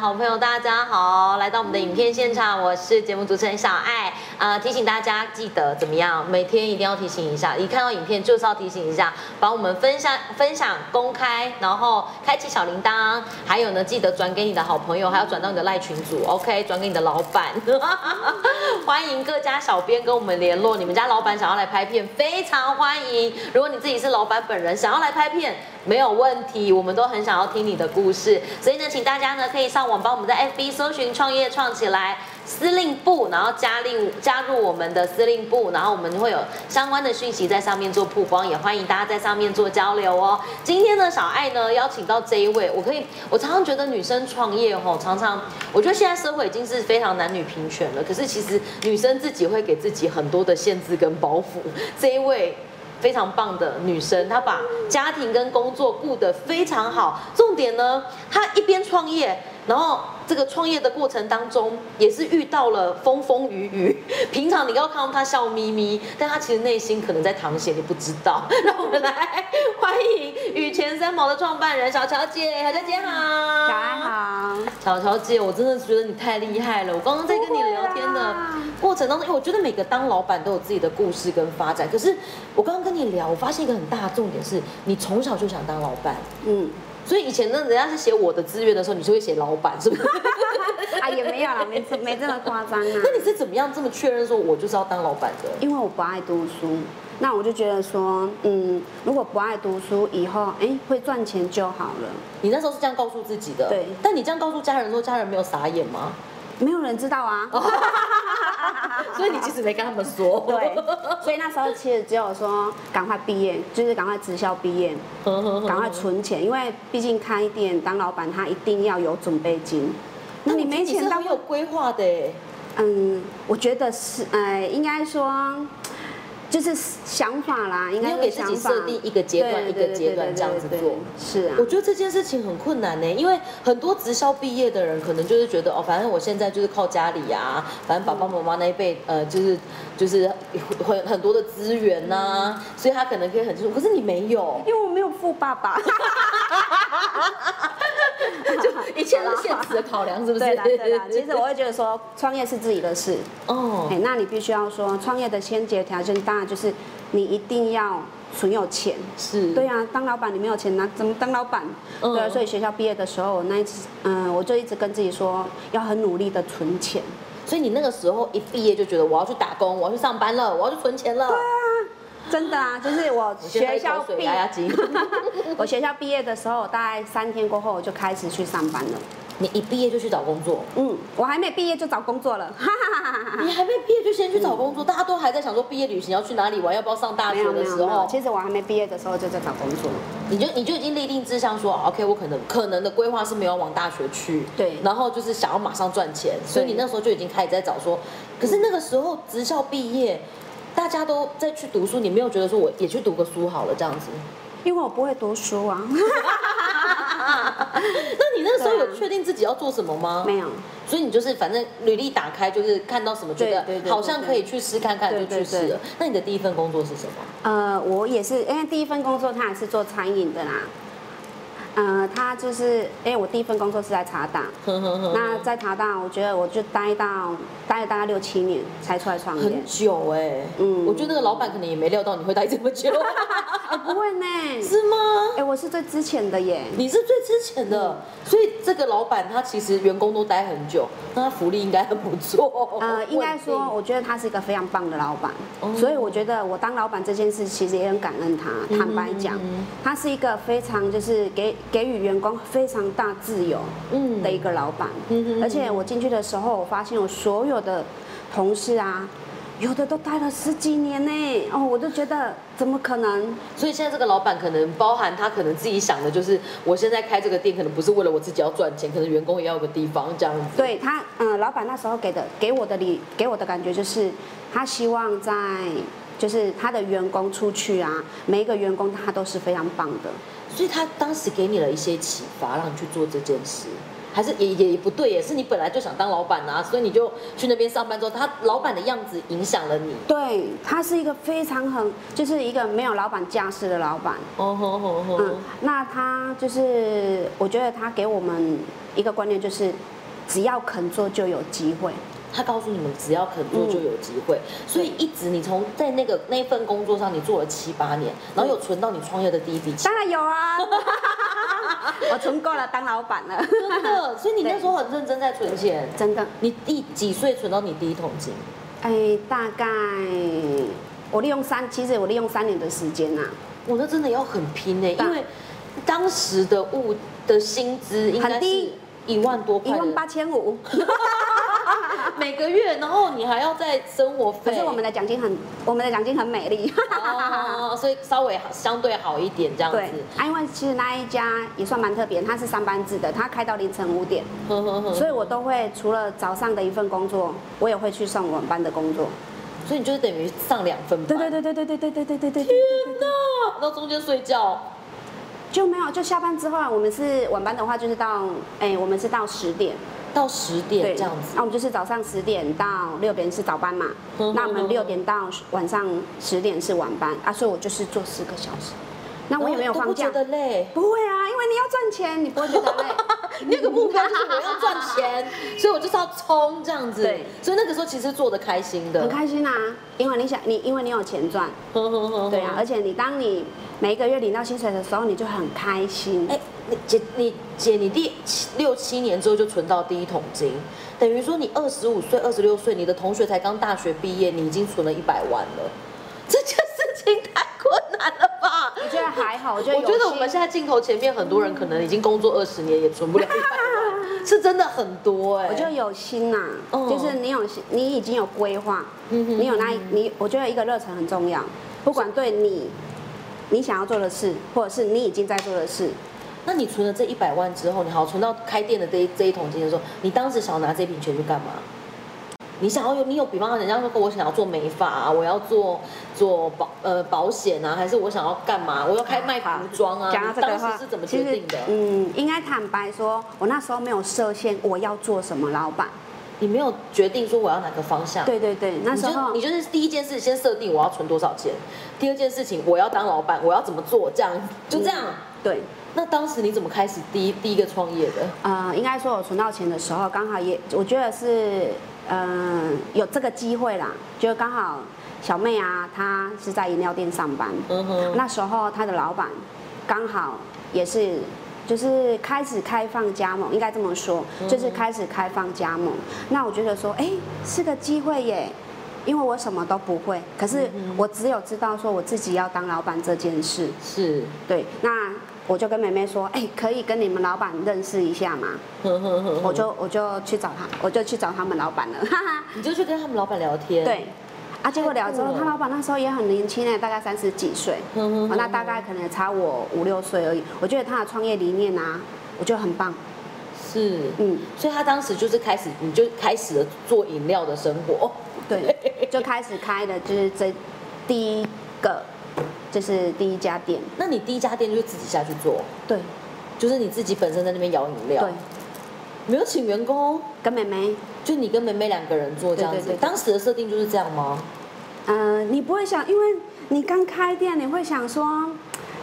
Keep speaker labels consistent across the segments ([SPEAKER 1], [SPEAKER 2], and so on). [SPEAKER 1] 好朋友，大家好，来到我们的影片现场，我是节目主持人小爱。呃，提醒大家记得怎么样，每天一定要提醒一下，一看到影片就是要提醒一下，把我们分享、分享、公开，然后开启小铃铛，还有呢，记得转给你的好朋友，还要转到你的赖群组，OK，转给你的老板。 欢迎各家小编跟我们联络，你们家老板想要来拍片，非常欢迎。如果你自己是老板本人，想要来拍片，没有问题，我们都很想要听你的故事。所以呢，请大家呢可以上网帮我们在 FB 搜寻“创业创起来”司令部，然后加令加入我们的司令部，然后我们会有相关的讯息在上面做曝光，也欢迎大家在上面做交流哦。今天呢，小爱呢邀请到这一位，我可以，我常常觉得女生创业吼，常常我觉得现在社会已经是非常男女平权了，可是其实女生自己会给自己很多的限制跟包袱。这一位非常棒的女生，她把家庭跟工作顾得非常好。重点呢，她一边创业，然后这个创业的过程当中，也是遇到了风风雨雨。 平常你要看到她笑眯眯，但她其实内心可能在淌血，你不知道。让我们来欢迎雨前三毛的创办人小乔姐，小乔姐好，
[SPEAKER 2] 小安。好，
[SPEAKER 1] 小乔姐，我真的觉得你太厉害了。我刚刚在跟你聊天的过程当中，因为我觉得每个当老板都有自己的故事跟发展。可是我刚刚跟你聊，我发现一个很大的重点是，你从小就想当老板。
[SPEAKER 2] 嗯，
[SPEAKER 1] 所以以前呢，人家是写我的志愿的时候，你就会写老板，是不是？
[SPEAKER 2] 啊也没有啦，没这没这么夸张啊
[SPEAKER 1] 那，你是怎么样这么确认说我就是要当老板的？
[SPEAKER 2] 因为我不爱读书，那我就觉得说，嗯，如果不爱读书，以后哎、会赚钱就好了，
[SPEAKER 1] 你那时候是这样告诉自己的，
[SPEAKER 2] 对
[SPEAKER 1] 但你这样告诉家人说，家人没有傻眼吗？
[SPEAKER 2] 没有人知道啊，
[SPEAKER 1] 哦所以你其实没跟他们说。
[SPEAKER 2] 对，所以那时候其实只有说赶快毕业，就是赶快职校毕业，
[SPEAKER 1] 对
[SPEAKER 2] 赶快存钱，因为毕竟开店当老板，他一定要有准备金，
[SPEAKER 1] 那
[SPEAKER 2] 那
[SPEAKER 1] 你
[SPEAKER 2] 你
[SPEAKER 1] 没
[SPEAKER 2] 没
[SPEAKER 1] 钱，
[SPEAKER 2] 钱
[SPEAKER 1] 哦你是
[SPEAKER 2] 当
[SPEAKER 1] 很有规划的耶。
[SPEAKER 2] 嗯，我觉得是，呃，应该说，就是想法啦，应
[SPEAKER 1] 你
[SPEAKER 2] 该
[SPEAKER 1] 有
[SPEAKER 2] 说
[SPEAKER 1] 给自己
[SPEAKER 2] 想法
[SPEAKER 1] 设定一个阶段
[SPEAKER 2] 对
[SPEAKER 1] 一个阶段这样子做
[SPEAKER 2] 对对对对是啊
[SPEAKER 1] 我，觉得这件事情很困难呢，因为很多职校毕业的人，可能就是觉得哦，反正我现在就是靠家里啊，反正爸爸妈妈那一辈，呃，就是就是很很多的资源呐、所以他可能可以很清楚。可是你没 有，
[SPEAKER 2] 因为我没有富爸 爸，
[SPEAKER 1] 一切都是现实的考量，是不是？
[SPEAKER 2] 对啦对 啦。其实我会觉得说，创业是自己的事，
[SPEAKER 1] 哦
[SPEAKER 2] 哎，，那你必须要说，创业的先决条件当然就是你一定要存有钱。
[SPEAKER 1] 是，
[SPEAKER 2] 对啊，当老板你没有钱，那怎么当老板？
[SPEAKER 1] 嗯
[SPEAKER 2] 对啊，所以学校毕业的时候，那一次，嗯，我就一直跟自己说，要很努力的存钱。
[SPEAKER 1] 所以你那个时候一毕业就觉得我要去打工，我要去上班了，我要去存钱了。
[SPEAKER 2] 真 的啊，就是我
[SPEAKER 1] 你先喝
[SPEAKER 2] 学
[SPEAKER 1] 一口
[SPEAKER 2] 校
[SPEAKER 1] 水
[SPEAKER 2] 毕
[SPEAKER 1] 压 压惊。
[SPEAKER 2] 我学校毕业的时候，大概三天过后我就开始去上班了。
[SPEAKER 1] 你一毕业就去找工作，
[SPEAKER 2] 嗯，我还没毕业就找工作了，哈哈哈哈哈
[SPEAKER 1] 你还没毕业就先去找工作，大家都还在想说毕业旅行要去哪里玩，要不要上
[SPEAKER 2] 哈。
[SPEAKER 1] 大
[SPEAKER 2] 没
[SPEAKER 1] 学
[SPEAKER 2] 有没
[SPEAKER 1] 的
[SPEAKER 2] 有
[SPEAKER 1] 时
[SPEAKER 2] 没有
[SPEAKER 1] 候，，
[SPEAKER 2] 其实我还没毕业的时候就在找工作。
[SPEAKER 1] 你就你就已经立定志向说，OK，我可能可能的规划是没有往大学去，
[SPEAKER 2] 对
[SPEAKER 1] 然后就是想要马上赚钱，所以你那时候就已经开始在找说，可是那个时候职校毕业，大家都在去读书，你没有觉得说我也去读个书好了这样 子？
[SPEAKER 2] 因为我不会读书啊，
[SPEAKER 1] 那你那时候
[SPEAKER 2] 对啊
[SPEAKER 1] 有确定自己要做什么吗？
[SPEAKER 2] 没有，
[SPEAKER 1] 所以你就是反正履历打开就是看到什么觉
[SPEAKER 2] 对对对
[SPEAKER 1] 得
[SPEAKER 2] 对
[SPEAKER 1] 好像可以去试看看就
[SPEAKER 2] 对
[SPEAKER 1] 去
[SPEAKER 2] 对
[SPEAKER 1] 试了。那你的第一份工作是什么？
[SPEAKER 2] 呃，我也是，因为第一份工作他也是做餐饮的啦，呃，他就是，因为我第一份工作是在茶大，
[SPEAKER 1] 呵呵呵
[SPEAKER 2] 那在茶大，我觉得我就待到待了大概六七年才出来创业
[SPEAKER 1] 很，久哎、嗯，
[SPEAKER 2] 嗯
[SPEAKER 1] 我觉得那个老板可能也没料到你会待这么 久，
[SPEAKER 2] 哎不会呢，
[SPEAKER 1] 是吗？
[SPEAKER 2] 哎，我是最之前的耶，
[SPEAKER 1] 你是最之前的，所以这个老板他其实员工都待很久，那他福利应该很不错。
[SPEAKER 2] 呃，应该说，
[SPEAKER 1] 稳
[SPEAKER 2] 我觉得他是一个非常棒的老板
[SPEAKER 1] 哦，
[SPEAKER 2] 所以我觉得我当老板这件事其实也很感恩他。
[SPEAKER 1] 嗯
[SPEAKER 2] 坦白讲，他是一个非常就是给给予员工非常大自由
[SPEAKER 1] 定，
[SPEAKER 2] 的
[SPEAKER 1] 嗯，
[SPEAKER 2] 一个老板
[SPEAKER 1] 嗯哼。
[SPEAKER 2] 而且我进去的时候，我发现我所有的同事啊，有的都待了十几年呢，哦，我就觉得怎么可能？
[SPEAKER 1] 所以现在这个老板可能包含他可能自己想的就是，我现在开这个店可能不是为了我自己要赚钱，可能员工也要有个地方这样子。
[SPEAKER 2] 对他，嗯，老板那时候给的给我的理给我的感觉就是，他希望在就是他的员工出去啊，每一个员工他都是非常棒的。
[SPEAKER 1] 所以他当时给你了一些启发，让你去做这件事，还是也也不对，也是你本来就想当老板啊，所以你就去那边上班之后，他老板的样子影响了你。
[SPEAKER 2] 对他是一个非常很，就是一个没有老板架势的老板。
[SPEAKER 1] 哦吼吼吼
[SPEAKER 2] 嗯嗯，那他就是，我觉得他给我们一个观念，就是只要肯做就有机会。
[SPEAKER 1] 他告诉你们，只要肯做就有机会。
[SPEAKER 2] 嗯
[SPEAKER 1] 所以一直你从在那个那份工作上，你做了七八年，然后有存到你创业的第一笔钱
[SPEAKER 2] 当，然有啊， 我存够了当老板了，
[SPEAKER 1] 真的。所以你那时候很认真在存钱。
[SPEAKER 2] 真的。
[SPEAKER 1] 你第几岁存到你第一桶金？
[SPEAKER 2] 哎，大概我利用三，其实我利用三年的时间呐、
[SPEAKER 1] 我那真的要很拼呢、
[SPEAKER 2] 当
[SPEAKER 1] 因为当时的物的薪资应该
[SPEAKER 2] 很
[SPEAKER 1] 是
[SPEAKER 2] 低
[SPEAKER 1] 一万多
[SPEAKER 2] 一
[SPEAKER 1] 块，
[SPEAKER 2] 万八千五，
[SPEAKER 1] 每个月，然后你还要再生活费。
[SPEAKER 2] 可是我们的奖金很，我们的奖金很美丽。
[SPEAKER 1] 哦，所以稍微好相对好一点这样子
[SPEAKER 2] 对。，啊，因为其实那一家也算蛮特别，它是三班制的，它开到凌晨五点，
[SPEAKER 1] 呵呵呵。
[SPEAKER 2] 所以我都会除了早上的一份工作，我也会去上我们班的工作。
[SPEAKER 1] 所以你就是等于上两份班。
[SPEAKER 2] 对对。对对对对对对对对对对，
[SPEAKER 1] 天哪！然后中间睡觉，
[SPEAKER 2] 就没有就下班之后啊，我们是晚班的话就是到，哎，我们是到十点，
[SPEAKER 1] 到十点这样子
[SPEAKER 2] 那、。我们就是早上十点到六点是早班嘛
[SPEAKER 1] 嗯哼哼，
[SPEAKER 2] 那我们
[SPEAKER 1] 哼
[SPEAKER 2] 六点到晚上十点是晚班啊，所以我就是做四个小时，那我也没有
[SPEAKER 1] 然后
[SPEAKER 2] 放
[SPEAKER 1] 哦都不
[SPEAKER 2] 假
[SPEAKER 1] 觉。得累。
[SPEAKER 2] 不会啊，因为你要赚钱，你不会觉得哎 累。
[SPEAKER 1] 那个目标就是我要赚 钱，所以我就是要冲这样子。
[SPEAKER 2] 对
[SPEAKER 1] 所以那个时候其实做的开心的。
[SPEAKER 2] 很开心啊，因为你想你因为你有钱赚，
[SPEAKER 1] 呵呵呵呵
[SPEAKER 2] 对啊，而且你当你每一个月领到薪水的时候，你就很开心。
[SPEAKER 1] 哎、你姐，你姐，你第七六七年之后就存到第一桶金，等于说你二十五岁、二十六岁，你的同学才刚大学毕业，你已经存了一百万了，这件事情太困难了吧？
[SPEAKER 2] 我觉得还好，我觉得
[SPEAKER 1] 我
[SPEAKER 2] 有
[SPEAKER 1] 觉得我
[SPEAKER 2] 心
[SPEAKER 1] 们现在镜头前面很多人可能已经工作二十年也存不了一百万，是真的很多哎、
[SPEAKER 2] 我觉得有心呐、
[SPEAKER 1] 嗯
[SPEAKER 2] 就是你有心，你已经有规划，
[SPEAKER 1] 嗯哼
[SPEAKER 2] 你有那一你，我觉得一个热忱很重要，不管对你你想要做的事，或者是你已经在做的事，
[SPEAKER 1] 那你存了这一百万之后，你好存到开店的这一这一桶金的时候，你当时想要拿这笔钱去干嘛？你想要有你有，比方说人家说我想要做美发啊，我要做做保呃保险啊，还是我想要干嘛？我要开卖服装啊？
[SPEAKER 2] 讲到这个的
[SPEAKER 1] 你当
[SPEAKER 2] 话，
[SPEAKER 1] 时是怎么决定的
[SPEAKER 2] 其实？嗯，应该坦白说，我那时候没有设限，我要做什么老板。
[SPEAKER 1] 你没有决定说我要哪个方向？，
[SPEAKER 2] 对对对，那
[SPEAKER 1] 啊你
[SPEAKER 2] 时
[SPEAKER 1] 就
[SPEAKER 2] 候
[SPEAKER 1] 你就是第一件事先设定我要存多少钱，第二件事情我要当老板，我要怎么做？这样就这样。
[SPEAKER 2] 嗯对。
[SPEAKER 1] 那当时你怎么开始第一第一个创业的？
[SPEAKER 2] 呃，应该说我存到钱的时候，刚好也我觉得是，嗯、有这个机会啦，就刚好小妹啊，她是在饮料店上班，
[SPEAKER 1] 嗯哼，
[SPEAKER 2] 那时候她的老板刚好也是。就是开始开放加盟，应该这么说，
[SPEAKER 1] 嗯
[SPEAKER 2] 就是开始开放加盟。那我觉得说，哎、是个机会耶，因为我什么都不会，可是
[SPEAKER 1] 嗯
[SPEAKER 2] 我只有知道说我自己要当老板这件事。
[SPEAKER 1] 是，
[SPEAKER 2] 对，那我就跟妹妹说，哎、可以跟你们老板认识一下吗？
[SPEAKER 1] 哼哼哼
[SPEAKER 2] 我就我就去找他，我就去找他们老板了，哈哈。
[SPEAKER 1] 你就去跟他们老板聊天，，
[SPEAKER 2] 对，啊，结果聊之
[SPEAKER 1] 太
[SPEAKER 2] 后，
[SPEAKER 1] 酷了
[SPEAKER 2] 他老板那时候也很年轻诶，大概三十几岁，
[SPEAKER 1] 嗯哼
[SPEAKER 2] 哦那大概可能差我五六岁而已。我觉得他的创业理念啊，我觉得很棒，
[SPEAKER 1] 是，
[SPEAKER 2] 嗯，
[SPEAKER 1] 所以他当时就是开始，你就开始了做饮料的生活，哦
[SPEAKER 2] 对，就开始开的就是这第一个，就是第一家店，
[SPEAKER 1] 那你第一家店就是自己下去做，
[SPEAKER 2] 对
[SPEAKER 1] 就是你自己本身在那边摇饮料，
[SPEAKER 2] 对，，
[SPEAKER 1] 没有请员工，哦
[SPEAKER 2] 跟妹妹，
[SPEAKER 1] 就你跟梅梅两个人做这样子，
[SPEAKER 2] 对对对对
[SPEAKER 1] 当时的设定就是这样吗？
[SPEAKER 2] 嗯、你不会想，因为你刚开店，你会想说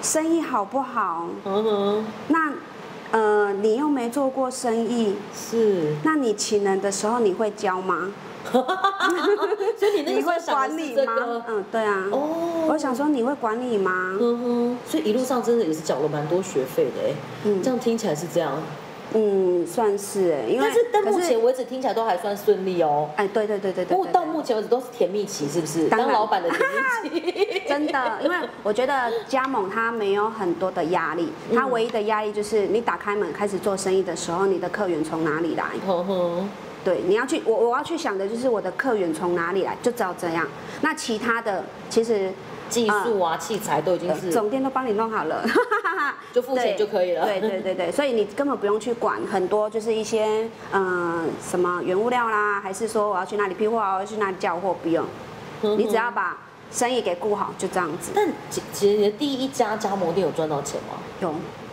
[SPEAKER 2] 生意好不好？
[SPEAKER 1] 嗯哼，
[SPEAKER 2] 那呃，你又没做过生意，
[SPEAKER 1] 是，
[SPEAKER 2] 那你请人的时候你会教吗？
[SPEAKER 1] 所以你那个
[SPEAKER 2] 你
[SPEAKER 1] 时候
[SPEAKER 2] 会
[SPEAKER 1] 想
[SPEAKER 2] 管
[SPEAKER 1] 的是
[SPEAKER 2] 理
[SPEAKER 1] 这
[SPEAKER 2] 吗
[SPEAKER 1] 个？，
[SPEAKER 2] 嗯，对啊。
[SPEAKER 1] 哦
[SPEAKER 2] 我想说你会管理吗？
[SPEAKER 1] 嗯哼，所以一路上真的也是缴了蛮多学费的哎，这样听起来是这样，
[SPEAKER 2] 嗯，算是哎，嗯因为
[SPEAKER 1] 但是但目
[SPEAKER 2] 可
[SPEAKER 1] 前为止听起来都还算顺利哦。
[SPEAKER 2] 哎，对对对对对
[SPEAKER 1] 不
[SPEAKER 2] 对
[SPEAKER 1] 过到目前为止都是甜蜜期，是不是？
[SPEAKER 2] 当
[SPEAKER 1] 当
[SPEAKER 2] 然
[SPEAKER 1] 老板的甜蜜期。
[SPEAKER 2] 对真的，因为我觉得加盟它没有很多的压力，它唯一的压力就是你打开门开始做生意的时候，你的客源从哪里来？
[SPEAKER 1] 哼哼，
[SPEAKER 2] 对，你要去我我要去想的就是我的客源从哪里来，就只有这样。那其他的其实
[SPEAKER 1] 技术啊、器材都已经
[SPEAKER 2] 呃
[SPEAKER 1] 是
[SPEAKER 2] 总店都帮你弄好了，
[SPEAKER 1] 就付钱就可以了。
[SPEAKER 2] 对对对对，所以你根本不用去管很多，就是一些嗯、呃什么原物料啦，还是说我要去哪里批货啊，我要去哪里叫货，不用，
[SPEAKER 1] 哼哼
[SPEAKER 2] 你只要把生意给顾好，就这样子。
[SPEAKER 1] 但其其实你的第一家加盟店有赚到钱吗？
[SPEAKER 2] 有，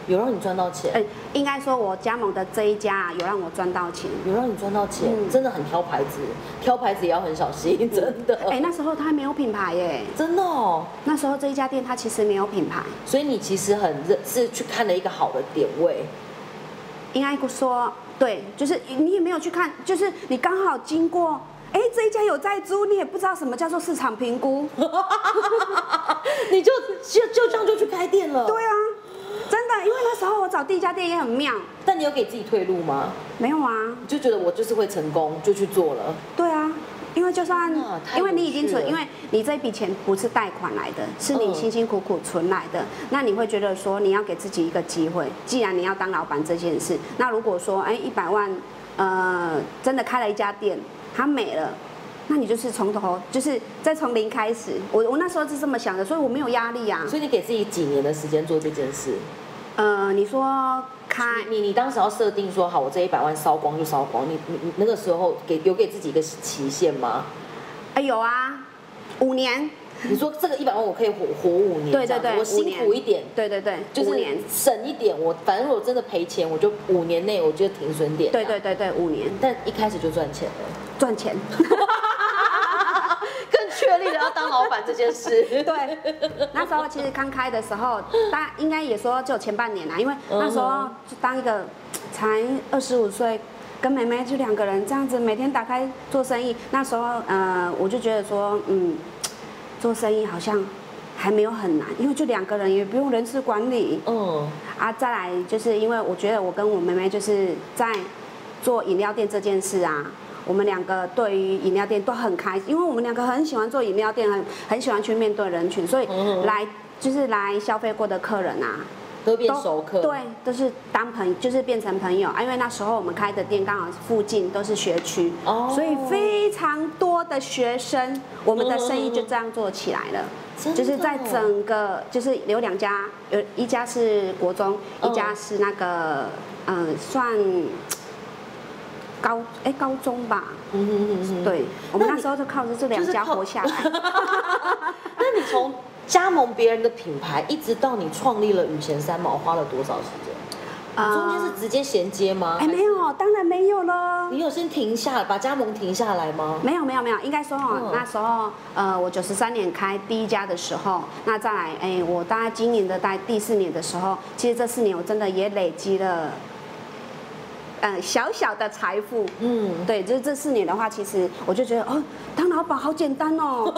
[SPEAKER 1] 有让你赚到钱，
[SPEAKER 2] 哎、应该说我加盟的这一家啊有让我赚到钱。
[SPEAKER 1] 有让你赚到钱，
[SPEAKER 2] 嗯
[SPEAKER 1] 真的很挑牌子，挑牌子也要很小心，真的，
[SPEAKER 2] 哎、那时候他还没有品牌耶，
[SPEAKER 1] 真的哦。
[SPEAKER 2] 那时候这一家店它其实没有品牌，
[SPEAKER 1] 所以你其实很认是去看了一个好的点位，
[SPEAKER 2] 应该说对，就是你也没有去看，就是你刚好经过。哎，这一家有在租，你也不知道什么叫做市场评估。
[SPEAKER 1] 你就就就这样就去开店了。
[SPEAKER 2] 对啊，真的，因为那时候我找第一家店也很妙，
[SPEAKER 1] 但你有给自己退路吗？
[SPEAKER 2] 没有啊，
[SPEAKER 1] 你就觉得我就是会成功，就去做了。
[SPEAKER 2] 对啊，因为就算
[SPEAKER 1] 天哪太有趣了
[SPEAKER 2] 因为你已经存，因为你这笔钱不是贷款来的，是你
[SPEAKER 1] 嗯
[SPEAKER 2] 辛辛苦苦存来的，那你会觉得说你要给自己一个机会，既然你要当老板这件事，那如果说哎一百万，呃，真的开了一家店，它没了。那你就是从头，就是再从零开始。我我那时候是这么想的，所以我没有压力啊。
[SPEAKER 1] 所以你给自己几年的时间做这件事？
[SPEAKER 2] 呃，你说开
[SPEAKER 1] 你你当时要设定说好，我这一百万烧光就烧光。你你你那个时候给有给自己一个期限吗？
[SPEAKER 2] 哎，有啊，五年，
[SPEAKER 1] 你说这个一百万我可以活活五年，
[SPEAKER 2] 对
[SPEAKER 1] 这
[SPEAKER 2] 对
[SPEAKER 1] 样子我
[SPEAKER 2] 对，五
[SPEAKER 1] 辛
[SPEAKER 2] 年
[SPEAKER 1] 苦一点，
[SPEAKER 2] 对对对，
[SPEAKER 1] 就
[SPEAKER 2] 五
[SPEAKER 1] 是
[SPEAKER 2] 年，
[SPEAKER 1] 省一点。我反正我真的赔钱，我就五年内我就停损点。啊
[SPEAKER 2] 对对。对对，五年
[SPEAKER 1] 但一开始就赚钱了，
[SPEAKER 2] 赚钱，
[SPEAKER 1] 更确立了要当老板这件事。
[SPEAKER 2] 对，那时候其实刚开的时候，大家应该也说就前半年啦，因为那时候
[SPEAKER 1] 嗯
[SPEAKER 2] 就当一个才二十五岁。跟妹妹就两个人这样子，每天打开做生意。那时候，呃，我就觉得说，嗯，做生意好像还没有很难，因为就两个人，也不用人事管理。
[SPEAKER 1] 嗯，
[SPEAKER 2] 啊，再来就是因为我觉得我跟我妹妹就是在做饮料店这件事啊，我们两个对于饮料店都很开心，因为我们两个很喜欢做饮料店，很很喜欢去面对人群，所以
[SPEAKER 1] 嗯
[SPEAKER 2] 来就是来消费过的客人啊，
[SPEAKER 1] 都变
[SPEAKER 2] 都
[SPEAKER 1] 熟客。
[SPEAKER 2] 对，都是当朋就是变成朋友啊，因为那时候我们开的店刚好附近都是学区，
[SPEAKER 1] 哦
[SPEAKER 2] 所以非常多的学生，我们的生意就这样做起来了。
[SPEAKER 1] 真的哦
[SPEAKER 2] 就是在整个，就是有两家，有一家是国中，
[SPEAKER 1] 嗯
[SPEAKER 2] 一家是那个，嗯、算高哎、高中吧，
[SPEAKER 1] 嗯哼哼哼
[SPEAKER 2] 对，我们那时候就靠着这两家 活下来。
[SPEAKER 1] 那你从加盟别人的品牌，一直到你创立了雨前三毛，花了多少时间？
[SPEAKER 2] 呃
[SPEAKER 1] 中间是直接衔接吗？
[SPEAKER 2] 哎、没有，当然没有喽。
[SPEAKER 1] 你有先停下，把加盟停下来吗？
[SPEAKER 2] 没有没有没有，应该说
[SPEAKER 1] 嗯
[SPEAKER 2] 哦，那时候呃，我九十三年开第一家的时候，那再来哎，我大概今年的大概第四年的时候，其实这四年我真的也累积了，呃，小小的财富。
[SPEAKER 1] 嗯，
[SPEAKER 2] 对，就是这四年的话，其实我就觉得哦，当老板好简单哦。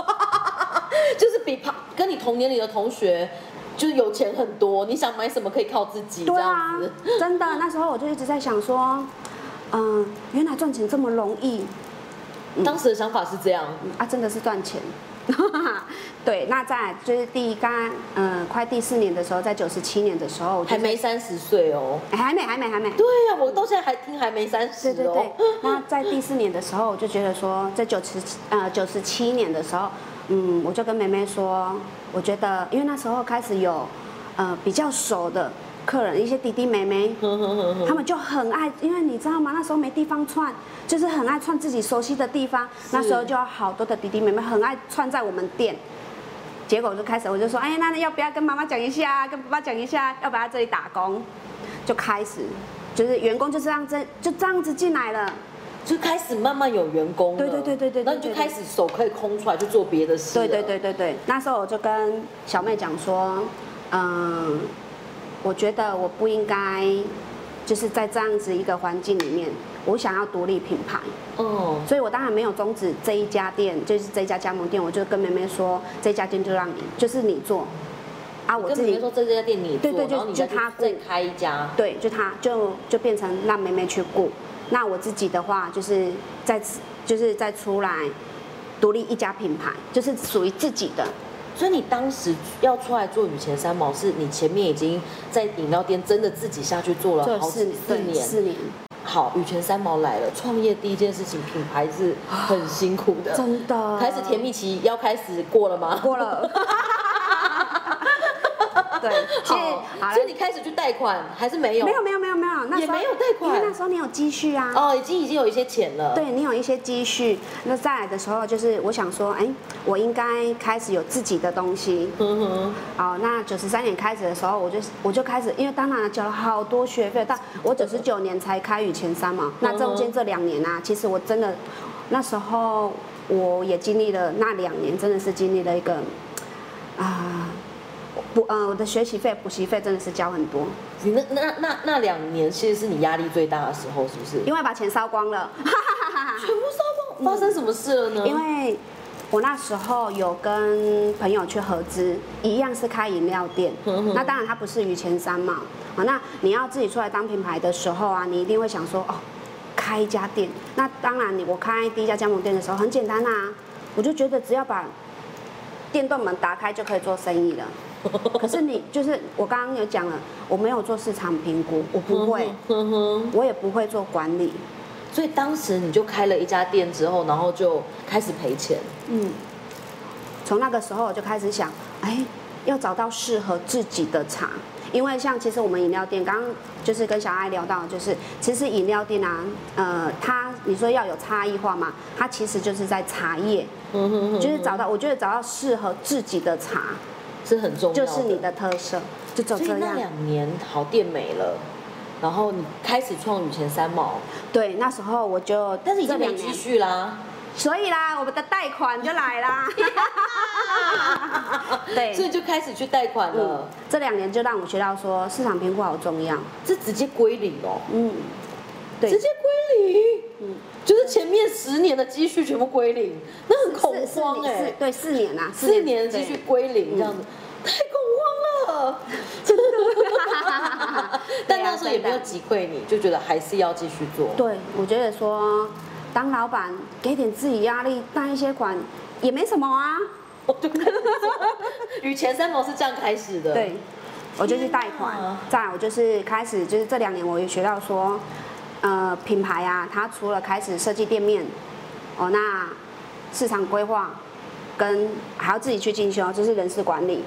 [SPEAKER 1] 就是比旁跟你同年龄的同学，就是有钱很多，你想买什么可以靠自己 这
[SPEAKER 2] 对啊
[SPEAKER 1] 样子。，
[SPEAKER 2] 真的，那时候我就一直在想说，嗯、原来赚钱这么容易
[SPEAKER 1] 当时的想法是这样，
[SPEAKER 2] 嗯啊，真的是赚钱。 对，那再来就是第一刚，嗯、快第四年的时候，在九十七年的时候，我就
[SPEAKER 1] 还没三十岁哦。
[SPEAKER 2] 哎还没，还没，还没。
[SPEAKER 1] 对呀、我到现在还听还没三十
[SPEAKER 2] 对对对
[SPEAKER 1] 哦。，
[SPEAKER 2] 那在第四年的时候，我就觉得说，在九十呃九十七年的时候，嗯，我就跟梅梅说，我觉得因为那时候开始有呃比较熟的客人，一些弟弟妹妹，
[SPEAKER 1] 哼哼哼哼
[SPEAKER 2] 他们就很爱，因为你知道吗？那时候没地方串，就是很爱串自己熟悉的地方。那时候就有好多的弟弟妹妹很爱串在我们店。结果我就开始，我就说，哎，那要不要跟妈妈讲一下，啊跟爸爸讲一下，要不要在这里打工？就开始，就是员工就这样子，就这样子进来了。
[SPEAKER 1] 就开始慢慢有员工了。
[SPEAKER 2] 对对对对对对
[SPEAKER 1] 然后你就开始手可以空出来去做别的事。
[SPEAKER 2] 对对。对对对，那时候我就跟小妹讲说，嗯，我觉得我不应该，就是在这样子一个环境里面，我想要独立品牌。
[SPEAKER 1] 哦，
[SPEAKER 2] 所以我当然没有终止这一家店，就是这一家加盟店，我就跟梅梅说，这家店就让你，就是你做，啊，我
[SPEAKER 1] 跟
[SPEAKER 2] 自
[SPEAKER 1] 比如
[SPEAKER 2] 己
[SPEAKER 1] 说这家店你做，
[SPEAKER 2] 对对就
[SPEAKER 1] 然后你再去
[SPEAKER 2] 就他雇
[SPEAKER 1] 再开一家。
[SPEAKER 2] 对，就她就就变成让梅梅去顾，那我自己的话就是再次就是再出来独立一家品牌，就是属于自己的，
[SPEAKER 1] 所以你当时要出来做雨前三毛，是你前面已经在饮料店真的自己下去做了好
[SPEAKER 2] 四
[SPEAKER 1] 几四
[SPEAKER 2] 对
[SPEAKER 1] 年。
[SPEAKER 2] 四年，
[SPEAKER 1] 好，雨前三毛来了，创业第一件事情，品牌是很辛苦的。
[SPEAKER 2] 真的
[SPEAKER 1] 开始甜蜜期要开始过了吗？
[SPEAKER 2] 过了。 对，其实
[SPEAKER 1] 好
[SPEAKER 2] 好了
[SPEAKER 1] 所以你开始去贷款还是没有？
[SPEAKER 2] 没有没有没有没有，那
[SPEAKER 1] 也
[SPEAKER 2] 时候
[SPEAKER 1] 没有贷款
[SPEAKER 2] 因为那时候你有积蓄啊。
[SPEAKER 1] 哦，已经已经有一些钱了。
[SPEAKER 2] 对你有一些积蓄，那再来的时候就是我想说，哎，我应该开始有自己的东西。
[SPEAKER 1] 嗯哼，
[SPEAKER 2] 好，那九十三年开始的时候，我就我就开始，因为当然啊缴了好多学费，但我九十九年才开雨前
[SPEAKER 1] 嗯
[SPEAKER 2] 三嘛，那中间这两年啊，其实我真的那时候我也经历了那两年，真的是经历了一个啊、补呃我的学习费、补习费真的是交很多，
[SPEAKER 1] 你那那那那两年其实是你压力最大的时候，是不是？
[SPEAKER 2] 因为把钱烧光了。
[SPEAKER 1] 全部烧光，发生什么事了呢？
[SPEAKER 2] 因为我那时候有跟朋友去合资，一样是开饮料店。
[SPEAKER 1] 嗯哼
[SPEAKER 2] 那当然它不是于前三嘛。好，那你要自己出来当品牌的时候啊，你一定会想说哦，开一家店。那当然你我开第一家加盟店的时候很简单啊，我就觉得只要把电动门打开就可以做生 意了。可是你就是我刚刚有讲了，我没有做市场评估，我不会，
[SPEAKER 1] 嗯哼哼，
[SPEAKER 2] 我也不会做管理。
[SPEAKER 1] 所以当时你就开了一家店之后，然后就开始赔钱。
[SPEAKER 2] 嗯，从那个时候我就开始想，哎，要找到适合自己的茶，因为像其实我们饮料店，刚刚就是跟小爱聊到，就是其实饮料店啊，呃，它你说要有差异化嘛，它其实就是在茶叶，
[SPEAKER 1] 嗯哼哼，
[SPEAKER 2] 就是找到，我觉得找到适合自己的茶，
[SPEAKER 1] 是很重要的，
[SPEAKER 2] 就是你的特色，就走
[SPEAKER 1] 所以
[SPEAKER 2] 这
[SPEAKER 1] 那
[SPEAKER 2] 样。
[SPEAKER 1] 两年好店没了，然后你开始创雨前三毛，这
[SPEAKER 2] 对，那时候我就，
[SPEAKER 1] 但是已
[SPEAKER 2] 这
[SPEAKER 1] 经
[SPEAKER 2] 两
[SPEAKER 1] 没积
[SPEAKER 2] 年，
[SPEAKER 1] 蓄啦。
[SPEAKER 2] 所以啦，我们的贷款就来 啦。对
[SPEAKER 1] 所以就开始去贷款
[SPEAKER 2] 嗯
[SPEAKER 1] 了，，
[SPEAKER 2] 这两年就让我学到说市场评估好重要。
[SPEAKER 1] 这直接归零哦，
[SPEAKER 2] 嗯，对，
[SPEAKER 1] 直接归零，
[SPEAKER 2] 嗯
[SPEAKER 1] 就是前面十年的积蓄全部归零，那很恐慌
[SPEAKER 2] 四四
[SPEAKER 1] 哎嗯
[SPEAKER 2] 四，对，四年啊，
[SPEAKER 1] 四年的积蓄
[SPEAKER 2] 对
[SPEAKER 1] 归零这样子，太恐慌了。 但那时候也没有击溃你，就觉得还是要继续做。
[SPEAKER 2] 对，我觉得说当老板给点自己压力，贷一些款也没什么啊。
[SPEAKER 1] 我就跟你说，与前三毛是这样开始的。
[SPEAKER 2] 对，我就去贷款
[SPEAKER 1] 天哪，
[SPEAKER 2] 再来我就是开始就是这两年我也学到说，呃，品牌啊，它除了开始设计店面，哦，那市场规划跟还要自己去进修，就是人事管理，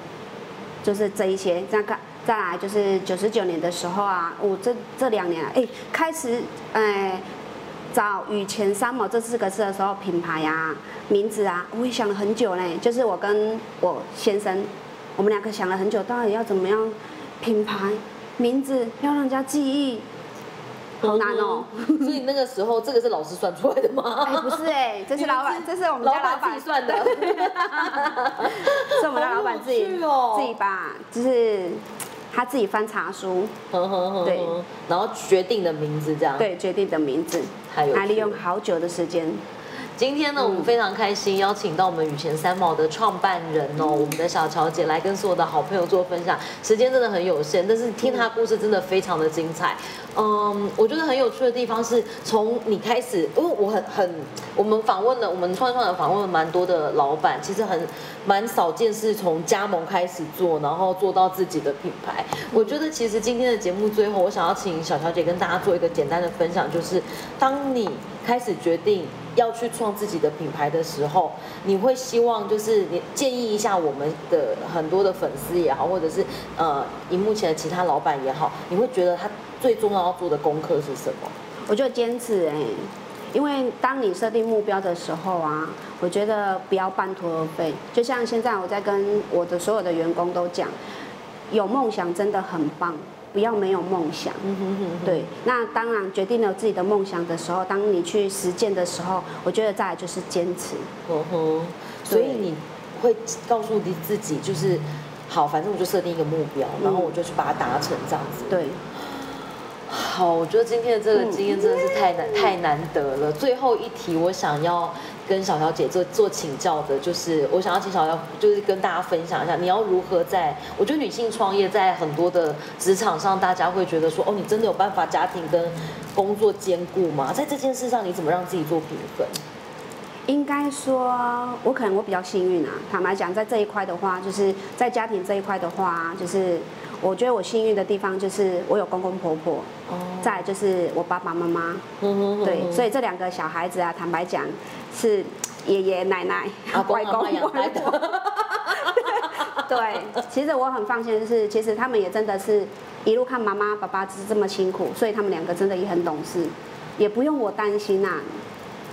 [SPEAKER 2] 就是这一些。再看再来就是九十九年的时候啊，我、这这两年啊哎、开始哎。找雨前三毛这四个字的时候，品牌啊、名字啊，我也想了很久嘞。就是我跟我先生，我们两个想了很久，到底要怎么样品牌、名字要让人家记忆，好难哦。
[SPEAKER 1] 嗯。 所以那个时候，这个是老师算出来的
[SPEAKER 2] 哎、
[SPEAKER 1] 吗？
[SPEAKER 2] 不是哎、这是老 板，这是我们
[SPEAKER 1] 哦老
[SPEAKER 2] 家老
[SPEAKER 1] 板
[SPEAKER 2] 板
[SPEAKER 1] 自己， 算的。
[SPEAKER 2] 是我们家老板自己
[SPEAKER 1] 好有趣哦
[SPEAKER 2] 自己把，就是他自己翻查书，
[SPEAKER 1] 哼哼哼
[SPEAKER 2] 对
[SPEAKER 1] 哼然后决定的名字这样。。
[SPEAKER 2] 对，决定的名字，
[SPEAKER 1] 太有趣了
[SPEAKER 2] 还利用好久的时间。
[SPEAKER 1] 今天呢，我们非常开心，邀请到我们雨前三毛的创办人哦，我们的小乔姐来跟所有的好朋友做分享。时间真的很有限，但是听她故事真的非常的精彩。嗯，我觉得很有趣的地方是从你开始，因为我很很，我们访问了，我们创创的访问了蛮多的老板，其实很蛮少见是从加盟开始做，然后做到自己的品牌。我觉得其实今天的节目最后，我想要请小乔姐跟大家做一个简单的分享，就是当你开始决定要去创自己的品牌的时候，你会希望就是你建议一下我们的很多的粉丝也好，或者是呃荧幕前的其他老板也好，你会觉得他最重要要做的功课是什么？
[SPEAKER 2] 我就坚持哎、因为当你设定目标的时候啊，我觉得不要半途而废。就像现在我在跟我的所有的员工都讲，有梦想真的很棒，不要没有梦想。
[SPEAKER 1] 嗯
[SPEAKER 2] 对，那当然决定了自己的梦想的时候，当你去实践的时候，我觉得再来就是坚持。
[SPEAKER 1] 嗯哼，所以你会告诉你自己就是。好，反正我就设定一个目标，然后我就去把它达成，这样子。
[SPEAKER 2] 对，
[SPEAKER 1] 好，我觉得今天的这
[SPEAKER 2] 嗯
[SPEAKER 1] 个经验真的是太难、太难得了。最后一题，我想要跟小乔姐做做请教的，就是我想要请小乔，就是跟大家分享一下，你要如何在我觉得女性创业在很多的职场上，大家会觉得说，哦，你真的有办法家庭跟工作兼顾吗？在这件事上，你怎么让自己做平衡？
[SPEAKER 2] 应该说，我可能我比较幸运啊。坦白讲，在这一块的话，就是在家庭这一块的话，就是我觉得我幸运的地方就是我有公公婆婆，
[SPEAKER 1] 哦，
[SPEAKER 2] 再来就是我爸爸妈妈，哦对，所以这两个小孩子啊，坦白讲是爷爷奶奶、
[SPEAKER 1] 阿公
[SPEAKER 2] 外
[SPEAKER 1] 阿妈
[SPEAKER 2] 哦公
[SPEAKER 1] 养
[SPEAKER 2] 外
[SPEAKER 1] 来的
[SPEAKER 2] 婆。， 对，其实我很放心，就是其实他们也真的是一路看妈妈、爸爸是这么辛苦，所以他们两个真的也很懂事，也不用我担心啊。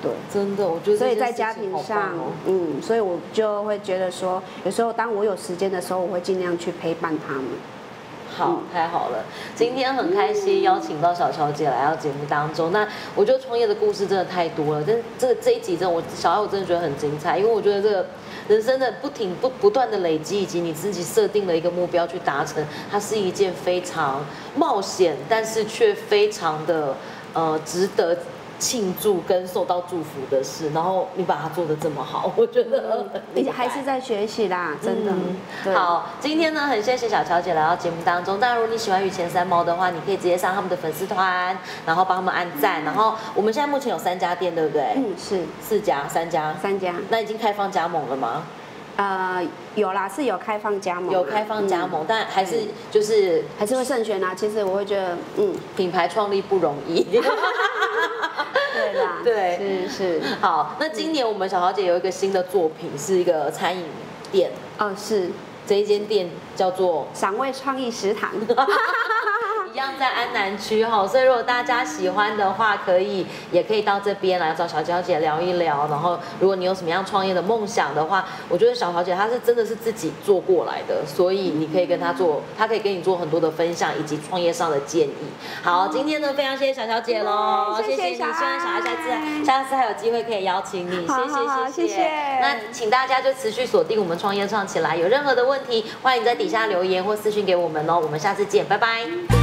[SPEAKER 2] 对，
[SPEAKER 1] 真的，我觉得
[SPEAKER 2] 所
[SPEAKER 1] 这
[SPEAKER 2] 以
[SPEAKER 1] 件
[SPEAKER 2] 在
[SPEAKER 1] 事
[SPEAKER 2] 家
[SPEAKER 1] 情
[SPEAKER 2] 庭
[SPEAKER 1] 好
[SPEAKER 2] 上
[SPEAKER 1] 棒哦，
[SPEAKER 2] 嗯，所以我就会觉得说，有时候当我有时间的时候，我会尽量去陪伴他们。
[SPEAKER 1] 好
[SPEAKER 2] 嗯，
[SPEAKER 1] 太好了！今天很开心邀请到小乔姐来到节目当中。那我觉得创业的故事真的太多了，但这个这一集真的我小艾我真的觉得很精彩，因为我觉得这个人生的不停不不断的累积，以及你自己设定了一个目标去达成，它是一件非常冒险，但是却非常的呃值得。庆祝跟受到祝福的事，然后你把它做得这么好，我觉得 很厉
[SPEAKER 2] 你
[SPEAKER 1] 害
[SPEAKER 2] 嗯还是在学习啦，真的。
[SPEAKER 1] 嗯
[SPEAKER 2] 对，
[SPEAKER 1] 好，今天呢很谢谢小乔姐来到节目当中。当然，如果你喜欢雨前三毛的话，你可以直接上他们的粉丝团，然后帮他们按赞。然后我们现在目前有三家店，对不对？
[SPEAKER 2] 嗯，是
[SPEAKER 1] 四家，三家。
[SPEAKER 2] 三家，
[SPEAKER 1] 那已经开放加盟了吗？
[SPEAKER 2] 呃，有啦，是有开放加盟啦，
[SPEAKER 1] 有开放加
[SPEAKER 2] 嗯，
[SPEAKER 1] 盟，但还是就是
[SPEAKER 2] 还是会慎选啊。其实我会觉得，嗯，
[SPEAKER 1] 品牌创立不容易。，
[SPEAKER 2] 对啦
[SPEAKER 1] 对
[SPEAKER 2] 是是，
[SPEAKER 1] 好，那今年我们小乔姐有一个新的作品，是一个餐饮店，
[SPEAKER 2] 哦，是
[SPEAKER 1] 这一间店叫做
[SPEAKER 2] 赏味创意食堂，
[SPEAKER 1] 一样在安南区哈，所以如果大家喜欢的话，可以也可以到这边来找小乔姐聊一聊。然后，如果你有什么样创业的梦想的话，我觉得小乔姐她是真的是自己做过来的，所以你可以跟她做，她可以跟你做很多的分享以及创业上的建议。好，今天呢非常谢谢小乔姐喽，
[SPEAKER 2] 谢谢
[SPEAKER 1] 你，希
[SPEAKER 2] 小
[SPEAKER 1] 望小
[SPEAKER 2] 爱
[SPEAKER 1] 爱下次下次还有机会可以邀请你，
[SPEAKER 2] 好好好
[SPEAKER 1] 谢谢
[SPEAKER 2] 谢谢
[SPEAKER 1] 那请大家就持续锁定我们创业创起来，有任何的问题欢迎在底下留言或私讯给我们哦，我们下次见，拜拜。